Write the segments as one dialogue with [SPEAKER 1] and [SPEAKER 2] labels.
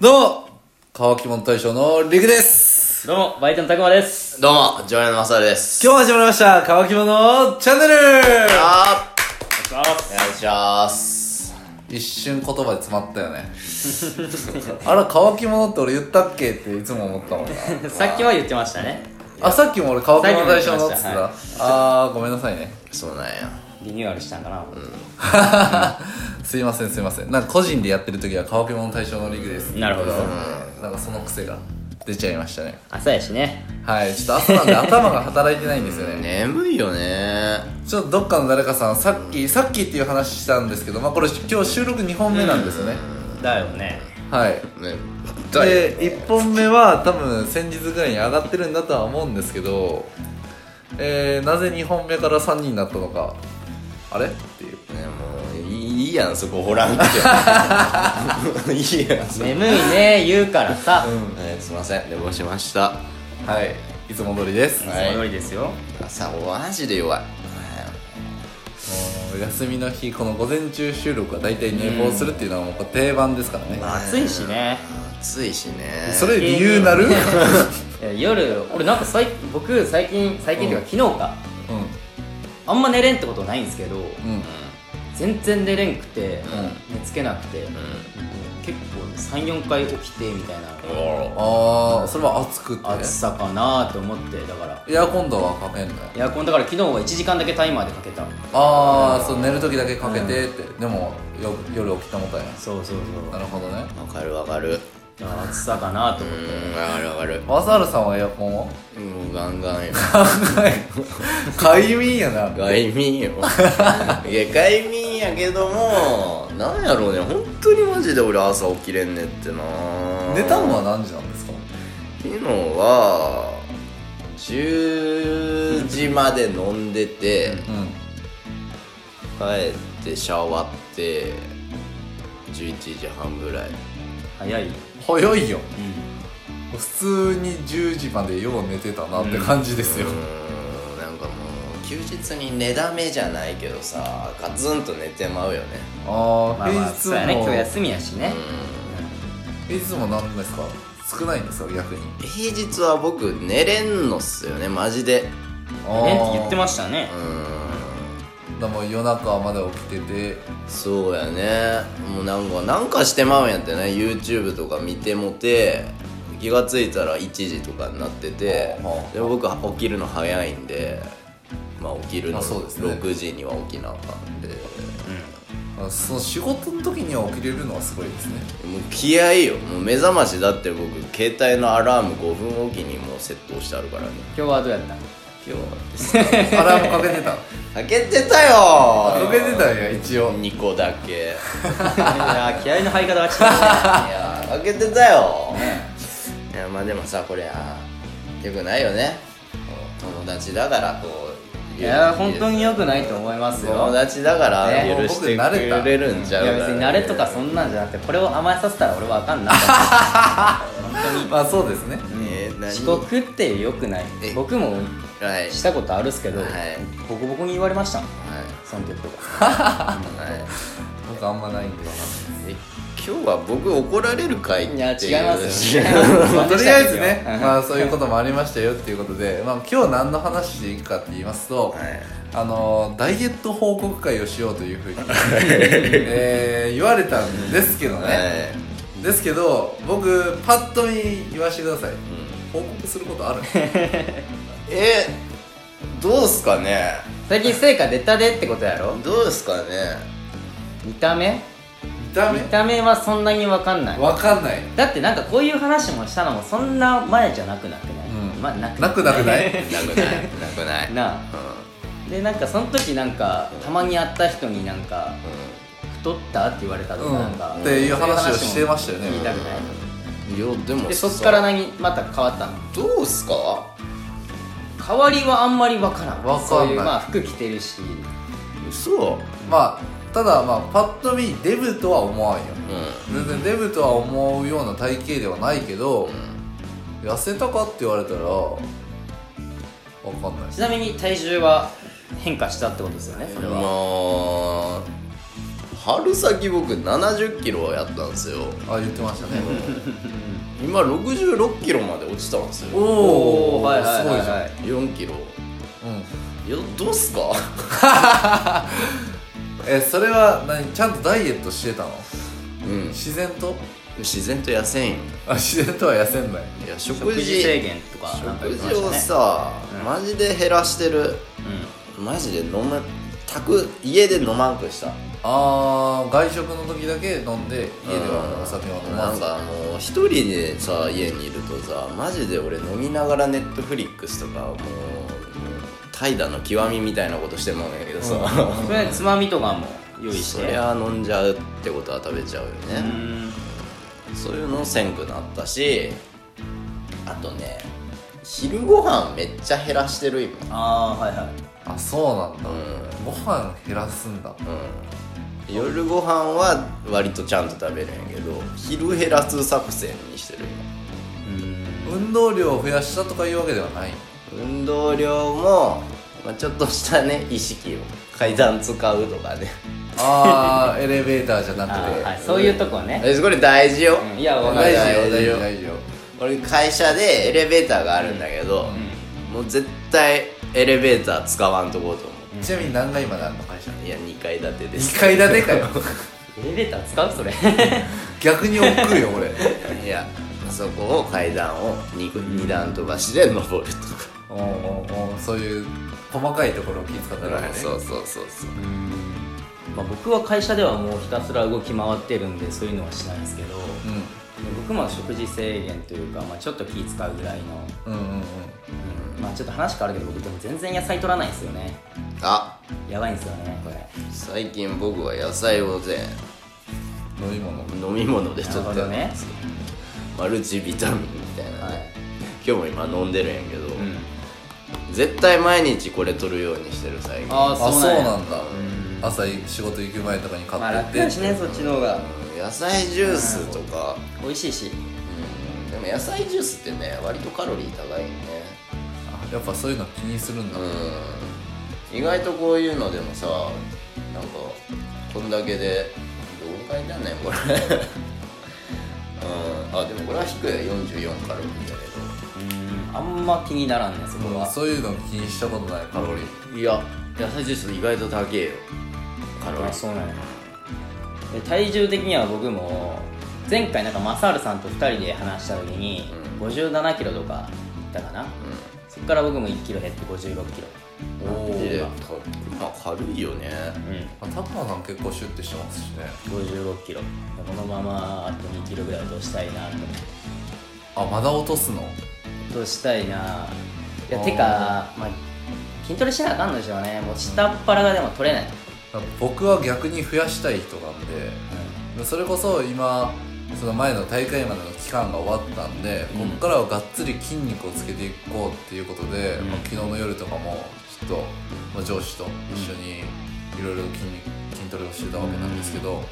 [SPEAKER 1] どうも乾きもん大将のりくです
[SPEAKER 2] どうも、バイトのたくまです。
[SPEAKER 3] どうも、常連のマサルです。
[SPEAKER 1] 今日始まりました乾きものチャンネル
[SPEAKER 3] あ
[SPEAKER 2] お願いします
[SPEAKER 3] ーお願いします。
[SPEAKER 1] 一瞬言葉で詰まったよねあら乾き物って俺言ったっけっていつも思ったもんな
[SPEAKER 2] さっきは言ってましたね。
[SPEAKER 1] あさっきも俺乾き物大将のっつってた、
[SPEAKER 2] さ
[SPEAKER 1] あーごめんなさいね
[SPEAKER 3] そうなんや。
[SPEAKER 2] リニューアルしたんかな。
[SPEAKER 1] すいませんすいませんなんか個人でやってる時は乾き物大将のりくです
[SPEAKER 2] なるほど
[SPEAKER 1] うんなんかその癖が出ちゃいましたね
[SPEAKER 2] 朝やしね。
[SPEAKER 1] はいちょっと朝なんで頭が働いてないんですよね
[SPEAKER 3] 眠いよね
[SPEAKER 1] ちょっとどっかの誰かさんさっき、さっきっていう話したんですけど、まあ、これ今日収録2本目なんですよね、
[SPEAKER 2] だよね。
[SPEAKER 1] はい
[SPEAKER 3] ね。
[SPEAKER 1] で1本目は多分先日ぐらいに上がってるんだとは思うんですけど、えー、なぜ2本目から3人になったのかあれっていう
[SPEAKER 3] ね、もう、いいいいやん、そこほらんけど。 いいやん、そこ。
[SPEAKER 2] 眠いね、言うからさ。
[SPEAKER 3] えーすいません、寝坊しました。
[SPEAKER 1] はいいつも通りです、
[SPEAKER 3] は
[SPEAKER 1] も
[SPEAKER 3] い
[SPEAKER 2] その通りですよ。
[SPEAKER 3] 朝、マジで弱い。
[SPEAKER 1] う休みの日この午前中収録は大体寝坊するっていうのはもうこれ定番ですからね、
[SPEAKER 2] 暑いしね。
[SPEAKER 3] 暑いしね。
[SPEAKER 1] それ理由なる、うん、
[SPEAKER 2] え夜、俺なんか最僕最近、最近っていうか昨日か。あんま寝れんってことないんですけど、
[SPEAKER 1] うん
[SPEAKER 2] 全然寝れんくて、
[SPEAKER 1] ん
[SPEAKER 2] 寝つけなくて、結構3、4回起きてみたいな
[SPEAKER 1] ああそれは暑くて
[SPEAKER 2] 暑さかなと思って、だから。
[SPEAKER 1] エアコン度はかけんだよ
[SPEAKER 2] エアコンだから昨日は1時間だけタイマーでかけた。
[SPEAKER 1] ああそう寝る時だけかけてって、でもよ夜起きたもたんや
[SPEAKER 2] そうそう
[SPEAKER 1] なるほどね
[SPEAKER 3] わかるわか
[SPEAKER 2] そ
[SPEAKER 3] る。
[SPEAKER 2] う。あ暑さかなと思
[SPEAKER 3] う
[SPEAKER 2] って。
[SPEAKER 3] ん、わかるわかる。
[SPEAKER 1] わざるさんはエアコンを
[SPEAKER 3] もうガンガンよ。
[SPEAKER 1] かゆみんやな
[SPEAKER 3] 外民 よいや外民やけどもなんやろうね本当にマジで俺朝起きれんねってな
[SPEAKER 1] 寝たのは何時なんですか
[SPEAKER 3] 昨日は10時まで飲んでて
[SPEAKER 1] うん
[SPEAKER 3] 帰ってシャワーって11時半ぐらい
[SPEAKER 2] 早い。
[SPEAKER 1] 早いよ
[SPEAKER 2] う
[SPEAKER 1] 普通に10時までよう寝てたなって感じですよ、
[SPEAKER 3] うーんなんかもう休日に寝だめじゃないけどさガツンと寝てまうよね
[SPEAKER 1] あ
[SPEAKER 2] ん。
[SPEAKER 1] あ
[SPEAKER 2] まあまあ、そう
[SPEAKER 1] 平
[SPEAKER 2] や
[SPEAKER 1] 日
[SPEAKER 2] ね。
[SPEAKER 1] も、
[SPEAKER 2] 今日休みやしね。
[SPEAKER 1] 平日も何ですか少ないんですよ逆に
[SPEAKER 3] 平日は僕寝れんのっすよねマジで
[SPEAKER 2] ねって言って
[SPEAKER 1] ま
[SPEAKER 2] ましたね
[SPEAKER 3] う。ーん
[SPEAKER 1] だからもう夜中まで起きてて
[SPEAKER 3] そうやねもうなんかなんかしてまうんやってね YouTube とか見てもて気がついたら1時とかになってて
[SPEAKER 1] はあはあ
[SPEAKER 3] でも僕は起きるの早いんでまあ起きる
[SPEAKER 1] あ
[SPEAKER 3] の
[SPEAKER 1] そうですね
[SPEAKER 3] 6時には起きなあかんでも
[SPEAKER 1] あその仕事の時には起きれるのはすごいですね
[SPEAKER 3] う気合いよもう目覚ましだって僕携帯のアラーム5分おきにもうセットしてあるからね
[SPEAKER 2] 今日はどうやった
[SPEAKER 3] 今日 は
[SPEAKER 1] アラームかけてた
[SPEAKER 3] かけてた
[SPEAKER 1] か
[SPEAKER 3] よ
[SPEAKER 1] けてたんや一応
[SPEAKER 3] 2個だけい
[SPEAKER 2] いやー気合の入り方が違
[SPEAKER 3] やかけてたよいやまあでもさこれはよくないよね友達だからこ
[SPEAKER 2] う
[SPEAKER 3] う
[SPEAKER 2] ね。いやー、本当に良くないと思いますよ。
[SPEAKER 3] 友達だから
[SPEAKER 2] ね
[SPEAKER 3] 許してくれるん
[SPEAKER 2] い
[SPEAKER 3] ちゃう
[SPEAKER 2] や
[SPEAKER 3] か
[SPEAKER 2] 別
[SPEAKER 3] ら
[SPEAKER 2] に
[SPEAKER 3] ね
[SPEAKER 2] 慣れとかそんなんじゃなくてこれを甘えさせたら俺はあかんな
[SPEAKER 1] まあそうですね
[SPEAKER 3] えー何
[SPEAKER 2] 遅刻って良くない
[SPEAKER 3] え
[SPEAKER 2] 僕も
[SPEAKER 3] はいはい
[SPEAKER 2] したことあるっすけど、
[SPEAKER 3] はい
[SPEAKER 2] ボコボコに言われましたもんその時とか
[SPEAKER 3] はい
[SPEAKER 1] 僕あんまないんでわかんない
[SPEAKER 3] え今日は僕怒られるかいって
[SPEAKER 2] い
[SPEAKER 3] い
[SPEAKER 2] や
[SPEAKER 3] う
[SPEAKER 2] 違います よ、
[SPEAKER 1] まあとりあえずね
[SPEAKER 2] うん
[SPEAKER 1] まあそういうこともありましたよっていうことで、まあ今日何の話でいくかって言いますと、
[SPEAKER 3] はい
[SPEAKER 1] あのダイエット報告会をしようというふうに、えー言われたんですけどね、
[SPEAKER 3] はい
[SPEAKER 1] ですけど僕パッと見言わせてください、報告することある
[SPEAKER 3] えどうすかね
[SPEAKER 2] 最近成果出たでってことやろ
[SPEAKER 3] どうですかね
[SPEAKER 2] 見た目
[SPEAKER 1] 見た
[SPEAKER 2] 見
[SPEAKER 1] 目
[SPEAKER 2] た目はそんなに分かんない
[SPEAKER 1] わかんない
[SPEAKER 2] だってなんかこういう話もしたのもそんな前じゃなくなくない、
[SPEAKER 1] うん
[SPEAKER 2] まあなく
[SPEAKER 1] なくなくない
[SPEAKER 3] なくないなくないう ん
[SPEAKER 2] なあでなんかその時なんかたまに会った人になんか太ったって言われたとかなんか、
[SPEAKER 1] うんっていう話をしてましたよね
[SPEAKER 2] そういう話も聞いたくない、
[SPEAKER 3] うんいやでも
[SPEAKER 2] でそ
[SPEAKER 3] さ
[SPEAKER 2] っから何また変わったの
[SPEAKER 3] どうすか
[SPEAKER 2] 変わりはあんまりわからん
[SPEAKER 1] わかんない
[SPEAKER 2] そういうまあ服着てるし
[SPEAKER 3] 嘘
[SPEAKER 1] まあただまあパッと見デブとは思わんよ
[SPEAKER 3] う
[SPEAKER 1] 全然デブとは思うような体型ではないけど、痩せたかって言われたらわかんない
[SPEAKER 2] ちなみに体重は変化したってことですよねそれ
[SPEAKER 3] ん
[SPEAKER 2] は
[SPEAKER 3] まあ春先僕70キロやったんですよ
[SPEAKER 1] あ言ってましたね、
[SPEAKER 3] 今66キロまで落ちたんですよ
[SPEAKER 2] おおはいはいはい、
[SPEAKER 1] すごいじ
[SPEAKER 2] はい、
[SPEAKER 3] 4キロ
[SPEAKER 1] うん、
[SPEAKER 3] いやどうっす か
[SPEAKER 1] えそれは何ちゃんとダイエットしてたの
[SPEAKER 3] うん
[SPEAKER 1] 自然と
[SPEAKER 3] 自然と痩せんよ
[SPEAKER 1] あ自然とは痩せんない
[SPEAKER 3] いや食
[SPEAKER 2] 食
[SPEAKER 3] 事
[SPEAKER 2] 事制限とかなんか言ってま
[SPEAKER 3] 食事を
[SPEAKER 2] したね
[SPEAKER 3] さ、
[SPEAKER 2] うん
[SPEAKER 3] マジで減らしてるマジで飲むたく家で飲まんくした
[SPEAKER 1] あー外食の時だけ飲んで家ではお酒は飲ま
[SPEAKER 3] な
[SPEAKER 1] ず
[SPEAKER 3] んかあの一人でさ家にいるとさマジで俺飲みながらネットフリックスとかもうもう怠惰の極みみたいなことしてもんやけどさ、
[SPEAKER 2] うんそれつまみとかも用意し
[SPEAKER 3] そ
[SPEAKER 2] て
[SPEAKER 3] りゃ飲んじゃうってことは食べちゃうよ
[SPEAKER 2] う
[SPEAKER 3] ね、
[SPEAKER 2] ん
[SPEAKER 3] そういうのせんくなったしあとね昼ご飯めっちゃ減らしてる今
[SPEAKER 2] ああはいはい
[SPEAKER 1] あそうなんだ、
[SPEAKER 3] うん
[SPEAKER 1] ご飯減らすんだ
[SPEAKER 3] うん夜ご飯は割とちゃんと食べるんやけど昼減らす作戦にしてる
[SPEAKER 2] うん
[SPEAKER 1] 運動量を増やしたとかいうわけでは ない
[SPEAKER 3] 今運動量も、まあ、ちょっとしたね意識を階段使うとかね
[SPEAKER 1] あーエレベーターじゃなく
[SPEAKER 2] あ
[SPEAKER 1] て、
[SPEAKER 2] ーはいそういうとこね
[SPEAKER 3] えこれ大事よ、
[SPEAKER 2] うんいやわか
[SPEAKER 1] 大
[SPEAKER 2] る
[SPEAKER 1] 事よ
[SPEAKER 3] 大
[SPEAKER 1] 大
[SPEAKER 3] 事よ
[SPEAKER 1] 事大事よ
[SPEAKER 3] 俺会社でエレベーターがあるんだけど、もう絶対エレベーター使わんとこうと思
[SPEAKER 1] ちなみに何階まであるの会社
[SPEAKER 3] ういや2階建てです
[SPEAKER 1] 2階建てか よ
[SPEAKER 2] エレベーター使うそれ
[SPEAKER 1] 逆に億劫よ俺
[SPEAKER 3] いやそこを階段を 2, 2段飛ばしで登るとか
[SPEAKER 1] おうおうおうそういう細かいところを気遣ったらね
[SPEAKER 3] そうそうそうそう
[SPEAKER 2] まあ僕は会社ではもうひたすら動き回ってるんでそういうのはしないんですけど
[SPEAKER 1] う
[SPEAKER 2] 僕も食事制限というか、まあ、ちょっと気使うぐらい
[SPEAKER 1] ん
[SPEAKER 2] の、
[SPEAKER 1] うんうんうん
[SPEAKER 2] うんまあちょっと話変わるけど僕でも全然野菜取らないんですよね
[SPEAKER 3] あ
[SPEAKER 2] やばいんですよねこれ
[SPEAKER 3] 最近僕は野菜を全
[SPEAKER 1] 飲み物
[SPEAKER 3] 飲み物で取
[SPEAKER 2] なる
[SPEAKER 3] っ
[SPEAKER 2] ほ
[SPEAKER 3] て
[SPEAKER 2] どね
[SPEAKER 3] マルチビタミンみたいな
[SPEAKER 2] は
[SPEAKER 3] ね、
[SPEAKER 2] い
[SPEAKER 3] 今日も今飲んでるんやけ
[SPEAKER 2] う
[SPEAKER 3] ど、
[SPEAKER 2] ん
[SPEAKER 3] 絶対毎日これ取るようにしてる最近
[SPEAKER 2] あー
[SPEAKER 1] あそう
[SPEAKER 2] や
[SPEAKER 1] なんだ
[SPEAKER 2] うん
[SPEAKER 1] 朝仕事行く前とかに買
[SPEAKER 2] ま
[SPEAKER 1] っ
[SPEAKER 2] あ
[SPEAKER 1] てっ
[SPEAKER 2] 楽
[SPEAKER 1] て、
[SPEAKER 2] だしねそっちの方が
[SPEAKER 3] うん野菜ジュースとか、
[SPEAKER 2] 美味しいし
[SPEAKER 3] うん、でも野菜ジュースってね割とカロリー高いよね
[SPEAKER 1] やっぱそういうの気にするんだ、
[SPEAKER 3] うん意外とこういうのでもさなんかこんだけでどう書いてあんねんこれ うんあでもこれは低い44カロリーだけど
[SPEAKER 2] うんあんま気にならんねそこ
[SPEAKER 1] もう
[SPEAKER 2] は
[SPEAKER 1] そういうの気にしたことないカロリー
[SPEAKER 3] いや野菜ジュース意外と高えよカロリ
[SPEAKER 2] あ
[SPEAKER 3] ー
[SPEAKER 2] そうなんやで体重的には僕も前回なんかマサールさんと2人で話した時に
[SPEAKER 3] う
[SPEAKER 2] 5 7キロとかいったかな、そっから僕も1キロ減って5 6キロ
[SPEAKER 1] おお
[SPEAKER 3] でまあ軽いよね
[SPEAKER 2] う
[SPEAKER 1] タカさん結構シュッてしてますしね
[SPEAKER 2] ん5 6キロこのままあと2キロぐらい落としたいなと思って
[SPEAKER 1] あまだ落とすの
[SPEAKER 2] 落としたいないや
[SPEAKER 1] あー
[SPEAKER 2] てか、まあ、筋トレしなあかんのでしょうねもう下っ腹がでも取れない、
[SPEAKER 1] 僕は逆に増やしたい人なんでそれこそ今その前の大会までの期間が終わったんで、
[SPEAKER 2] うん
[SPEAKER 1] こっからはがっつり筋肉をつけていこうっていうことで、
[SPEAKER 2] うん
[SPEAKER 1] まあ昨日の夜とかもちょっと、まあ上司と一緒にいろいろ筋肉筋トレをしてたわけなんですけど、もう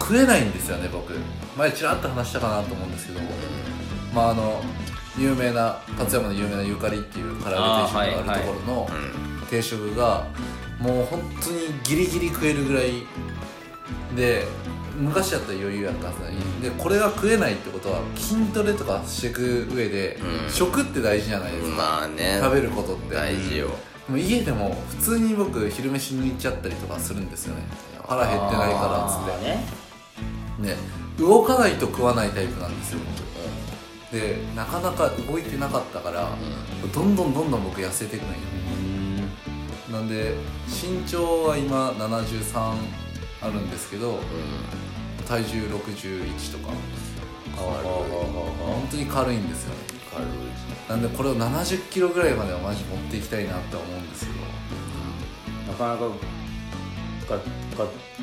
[SPEAKER 1] 食えないんですよね僕前ちらっと話したかなと思うんですけど、まああの有名な勝山の有名なゆかりっていう唐揚げ定食があるところの定食がもう本当にギリギリ食えるぐらいで昔やったら余裕やったはずなのにでこれが食えないってことは筋トレとかしていく上で、
[SPEAKER 3] うん
[SPEAKER 1] 食って大事じゃないですか、
[SPEAKER 3] まあね
[SPEAKER 1] 食べることって
[SPEAKER 3] 大事よ、
[SPEAKER 1] もう家でも普通に僕昼飯抜いちゃったりとかするんですよね腹減ってないからっつって
[SPEAKER 2] あーね
[SPEAKER 1] ね動かないと食わないタイプなんですよ僕でなかなか動いてなかったから、どんどんどんどん僕痩せていくのよなんで身長は今73あるんですけど体重61とか
[SPEAKER 3] 軽
[SPEAKER 1] 本当に軽いんですよね
[SPEAKER 3] 軽い
[SPEAKER 1] なんでこれを70キロぐらいまではマジ持っていきたいなって思うんですけど
[SPEAKER 2] なかなかが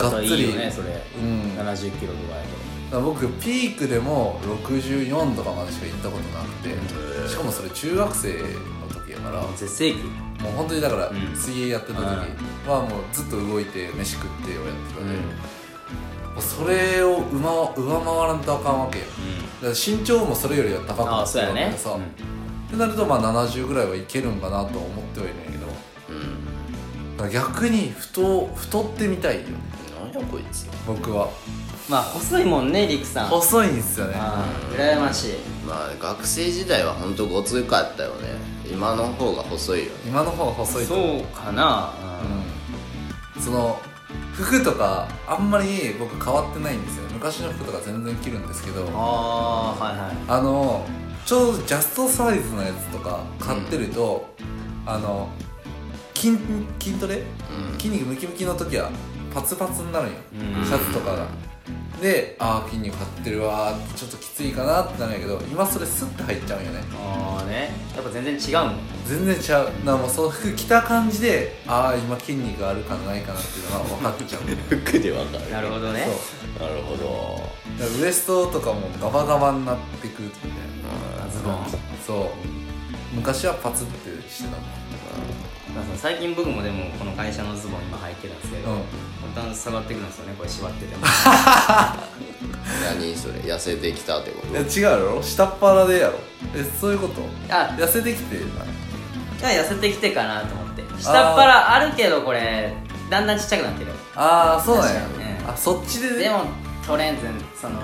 [SPEAKER 2] が
[SPEAKER 1] がっつり
[SPEAKER 2] いいよねそれ、
[SPEAKER 1] うんだか
[SPEAKER 2] 70キロとかやと
[SPEAKER 1] ら僕ピークでも64とかまでしか行ったことなくてしかもそれ中学生の時やから
[SPEAKER 2] 絶世紀
[SPEAKER 1] もう本当にだから
[SPEAKER 2] うん
[SPEAKER 1] 水泳やってた時はもうずっと動いて飯食ってをやってたんで、もうそれを上回上回らんとあかんわけよだから身長もそれよりは高く
[SPEAKER 2] あ
[SPEAKER 1] な
[SPEAKER 2] あ
[SPEAKER 1] って
[SPEAKER 2] そう
[SPEAKER 1] る
[SPEAKER 2] や
[SPEAKER 1] わけ
[SPEAKER 2] ね
[SPEAKER 1] でさ、ってなるとまあ70ぐらいはいけるんかなとは思ってはいるんやけど
[SPEAKER 3] うん
[SPEAKER 1] だから逆に太太ってみたいよ
[SPEAKER 3] なんよこいつ
[SPEAKER 1] 僕は
[SPEAKER 2] まあ細いもんねりくさん
[SPEAKER 1] 細いんですよね
[SPEAKER 2] ああ羨ましい
[SPEAKER 3] まあ学生時代は本当ごつかったよね今の方が細いよね
[SPEAKER 1] 今の方が細いと思う
[SPEAKER 2] そうかな
[SPEAKER 1] その服とかあんまり僕変わってないんですよ昔の服とか全然着るんですけど
[SPEAKER 2] ああはいはい
[SPEAKER 1] あのちょうどジャストサイズのやつとか買ってると、あの筋筋トレ、
[SPEAKER 3] うん
[SPEAKER 1] 筋肉ムキムキの時はパツパツになるんよ、
[SPEAKER 2] うん
[SPEAKER 1] シャツとかがでああ筋肉張ってるわーってちょっときついかなってなるんやけど今それスッて入っちゃうんよね
[SPEAKER 2] ああねやっぱ全然違うもん
[SPEAKER 1] 全然ちゃうなもうその服着た感じでああ今筋肉あるかないかなっていうのが分かっちゃう そう
[SPEAKER 3] 服でわかる
[SPEAKER 2] なるほどね
[SPEAKER 3] なるほど
[SPEAKER 1] だからウエストとかもガバガバになってくるみたいな
[SPEAKER 2] あズボン、ま
[SPEAKER 1] そう昔はパツってしてたもん
[SPEAKER 2] あ、その最近僕もでもこの会社のズボン今履いてるんですけど、
[SPEAKER 1] うん
[SPEAKER 2] だんだん下がってくるんですよねこれ縛ってても
[SPEAKER 3] 何それ痩せてきたってこと
[SPEAKER 1] いや違うやろ下っ腹でやろえそういうこと
[SPEAKER 2] あ
[SPEAKER 1] 痩せてきてるな
[SPEAKER 2] じゃあ痩せてきてかなと思って下っ腹あるけどこれだんだんちっちゃくなってる
[SPEAKER 1] ああそうなんや
[SPEAKER 2] 確かにね
[SPEAKER 1] あそっちでね
[SPEAKER 2] でも取れんぜんその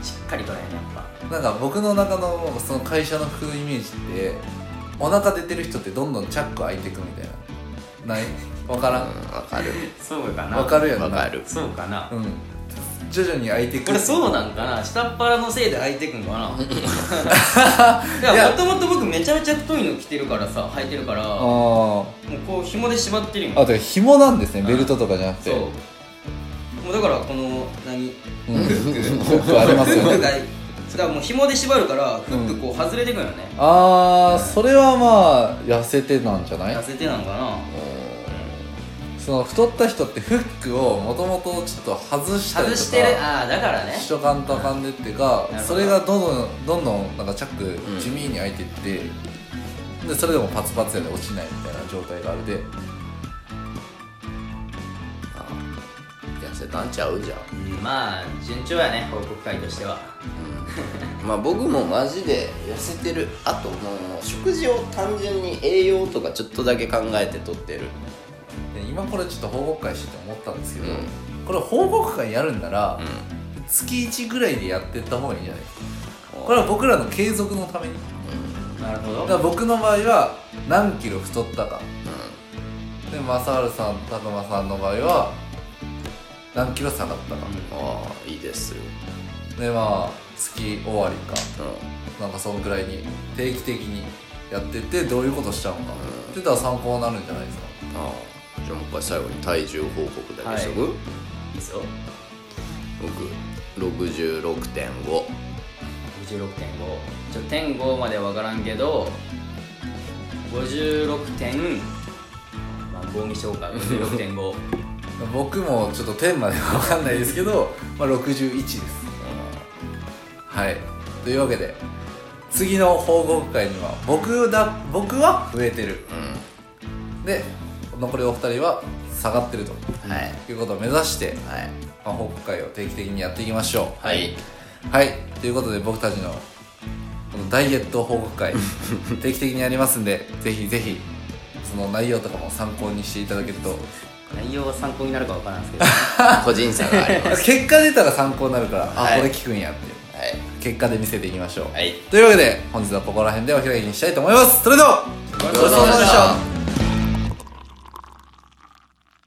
[SPEAKER 2] しっかり取れんやっぱ
[SPEAKER 1] なんか僕の中のその会社の服のイメージってお腹出てる人ってどんどんチャック開いてくみたいなない分からん
[SPEAKER 3] うんわかる
[SPEAKER 2] そうかな
[SPEAKER 1] 分かるやんな
[SPEAKER 3] わかる
[SPEAKER 2] そうかな、
[SPEAKER 1] うん徐々に開いてく
[SPEAKER 2] これそうなんかな下っ腹のせいで履いてくんか な
[SPEAKER 1] い
[SPEAKER 2] いや
[SPEAKER 1] や
[SPEAKER 2] もともと僕めちゃめちゃ太いの着てるからさ履いてるから
[SPEAKER 1] あ
[SPEAKER 2] も
[SPEAKER 1] ー
[SPEAKER 2] うこう紐で縛ってるよ
[SPEAKER 1] あと紐なんですね
[SPEAKER 2] ん
[SPEAKER 1] ベルトとかじゃなくて
[SPEAKER 2] そうもうだからこの 何
[SPEAKER 1] うんフックあります
[SPEAKER 2] フ
[SPEAKER 1] よ
[SPEAKER 2] ッ
[SPEAKER 1] ね
[SPEAKER 2] クがだからもう紐で縛るからフックこう外れてくんよね、
[SPEAKER 1] ああそれはまあ痩せてなんじゃない
[SPEAKER 2] 痩せてなのかな
[SPEAKER 1] その太った人ってフックをもともとちょっと外したりと
[SPEAKER 2] 外
[SPEAKER 1] か
[SPEAKER 2] してるああだからね
[SPEAKER 1] しとかんとあかんでっていうか
[SPEAKER 2] なるほど
[SPEAKER 1] それがどんどんどんどんなんかチャッ
[SPEAKER 3] うん
[SPEAKER 1] ク地味に開いてって、でそれでもパツパツやで落ちないみたいな状態があるで
[SPEAKER 3] あ痩せたんちゃうじゃん
[SPEAKER 2] うんまあ順調やね報告会としては
[SPEAKER 3] まあ僕もマジで痩せてるあともう食事を単純に栄養とかちょっとだけ考えてとってる
[SPEAKER 1] で今これちょっと報告会してて思ったんですけど、
[SPEAKER 3] うん
[SPEAKER 1] これ報告会やるんなら、
[SPEAKER 3] う
[SPEAKER 1] 月1ぐらいでやってった方がいいんじゃないこれは僕らの継続のために
[SPEAKER 2] なるほど
[SPEAKER 1] だから僕の場合は何キロ太ったかで正治さん拓磨さんの場合は何キロ下がったか
[SPEAKER 3] ああいいですよ、
[SPEAKER 1] でまあ月終わりか
[SPEAKER 3] う
[SPEAKER 1] なんかそのくらいに定期的にやってってどういうことしたのかって言ったら参考になるんじゃないですか
[SPEAKER 3] ん、ああじゃあもう一回最後に体重報告だけしとく、
[SPEAKER 2] いいぞ
[SPEAKER 3] 僕66.5
[SPEAKER 2] 56.5ちょ点5まで分からんけど56点まあ棒にしようか56.5
[SPEAKER 1] 僕もちょっと点までは分かんないですけど、まあ、61ですはいというわけで次の報告会には僕だ僕は増えてる
[SPEAKER 3] う
[SPEAKER 1] で残りお二人は下がってると
[SPEAKER 3] んはい
[SPEAKER 1] いうことを目指して、
[SPEAKER 3] はい
[SPEAKER 1] まあ、報告会を定期的にやっていきましょう
[SPEAKER 3] はい
[SPEAKER 1] はい、ということで僕たちのこのダイエット報告 会定期的にやりますんでぜひぜひその内容とかも参考にしていただけると
[SPEAKER 2] 内容は参考になるか分からんすけど
[SPEAKER 3] 個人差があります
[SPEAKER 1] 結果出たら参考になるから、
[SPEAKER 3] は
[SPEAKER 1] あ
[SPEAKER 3] い
[SPEAKER 1] これ効くんやっていう
[SPEAKER 3] はい
[SPEAKER 1] 結果で見せていきましょう、
[SPEAKER 3] はい
[SPEAKER 1] というわけで本日はここら辺でお開きにしたいと思いますそれでは
[SPEAKER 3] ごちそうさまでした